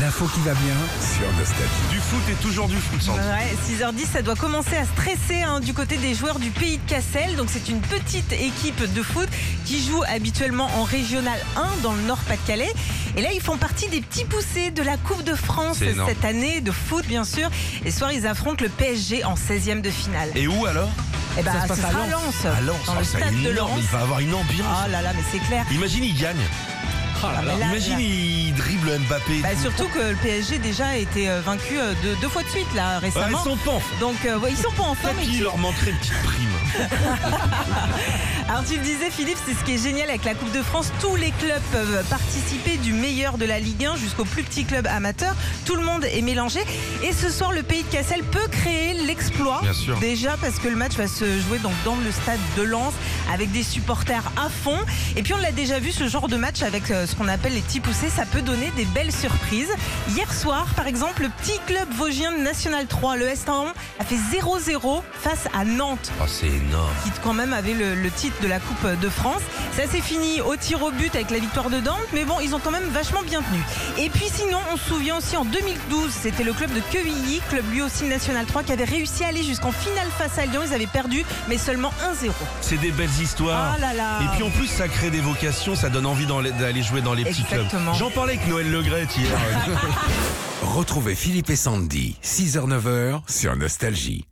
l'info qui va bien. sur Nostalgie. Du foot et toujours du foot, Sandy. Ouais, 6h10, ça doit commencer à stresser hein, du côté des joueurs du pays de Cassel. Donc c'est une petite équipe de foot qui joue habituellement en régional 1 dans le Nord-Pas-de-Calais. Et là, ils font partie des petits poussés de la Coupe de France C'est énorme. cette année de foot, bien sûr. Et ce soir, ils affrontent le PSG en 16e de finale. Et où alors Et bah, ça se ce passe sera à à Lens. Lens, À Lens. dans Ah, le c'est stade de énorme, Lens. Il va avoir une ambiance. Oh là là, mais c'est clair. Imagine, il gagne. Ah, là. Mais là, Imagine, là. il dribble Mbappé. Bah, surtout que le PSG déjà a été euh, vaincu euh, de- deux fois de suite là Ouais, ils récemment. sont panfs. Donc euh, ouais, ils sont pas en forme. mais Papy, il qui- leur manquerait une petite prime. Alors tu le disais Philippe, c'est ce qui est génial avec la Coupe de France, tous les clubs peuvent participer du meilleur de la Ligue 1 jusqu'au plus petit club amateur, tout le monde est mélangé et ce soir le pays de Cassel peut créer l'exploit Bien sûr. déjà parce que le match va se jouer donc dans le stade de Lens avec des supporters à fond et puis on l'a déjà vu ce genre de match avec euh, ce qu'on appelle les petits poussés, ça peut donner des belles surprises. Hier soir par exemple, le petit club vosgien de National 3, le Estan, a fait 0-0 face à Nantes Oh, c'est énorme. qui quand même avait le, le titre de la Coupe de France. Ça s'est fini au tir au but avec la victoire de Dante, mais bon, ils ont quand même vachement bien tenu. Et puis sinon, on se souvient aussi en 2012, c'était le club de Quevilly, club lui aussi de National 3, qui avait réussi à aller jusqu'en finale face à Lyon. Ils avaient perdu, mais seulement 1-0. C'est des belles histoires. Ah là là. Et puis en plus, ça crée des vocations, ça donne envie d'en- d'aller jouer dans les petits clubs. Exactement. J'en parlais avec Noël Legret hier. Retrouvez Philippe et Sandy, 6h-9h sur Nostalgie.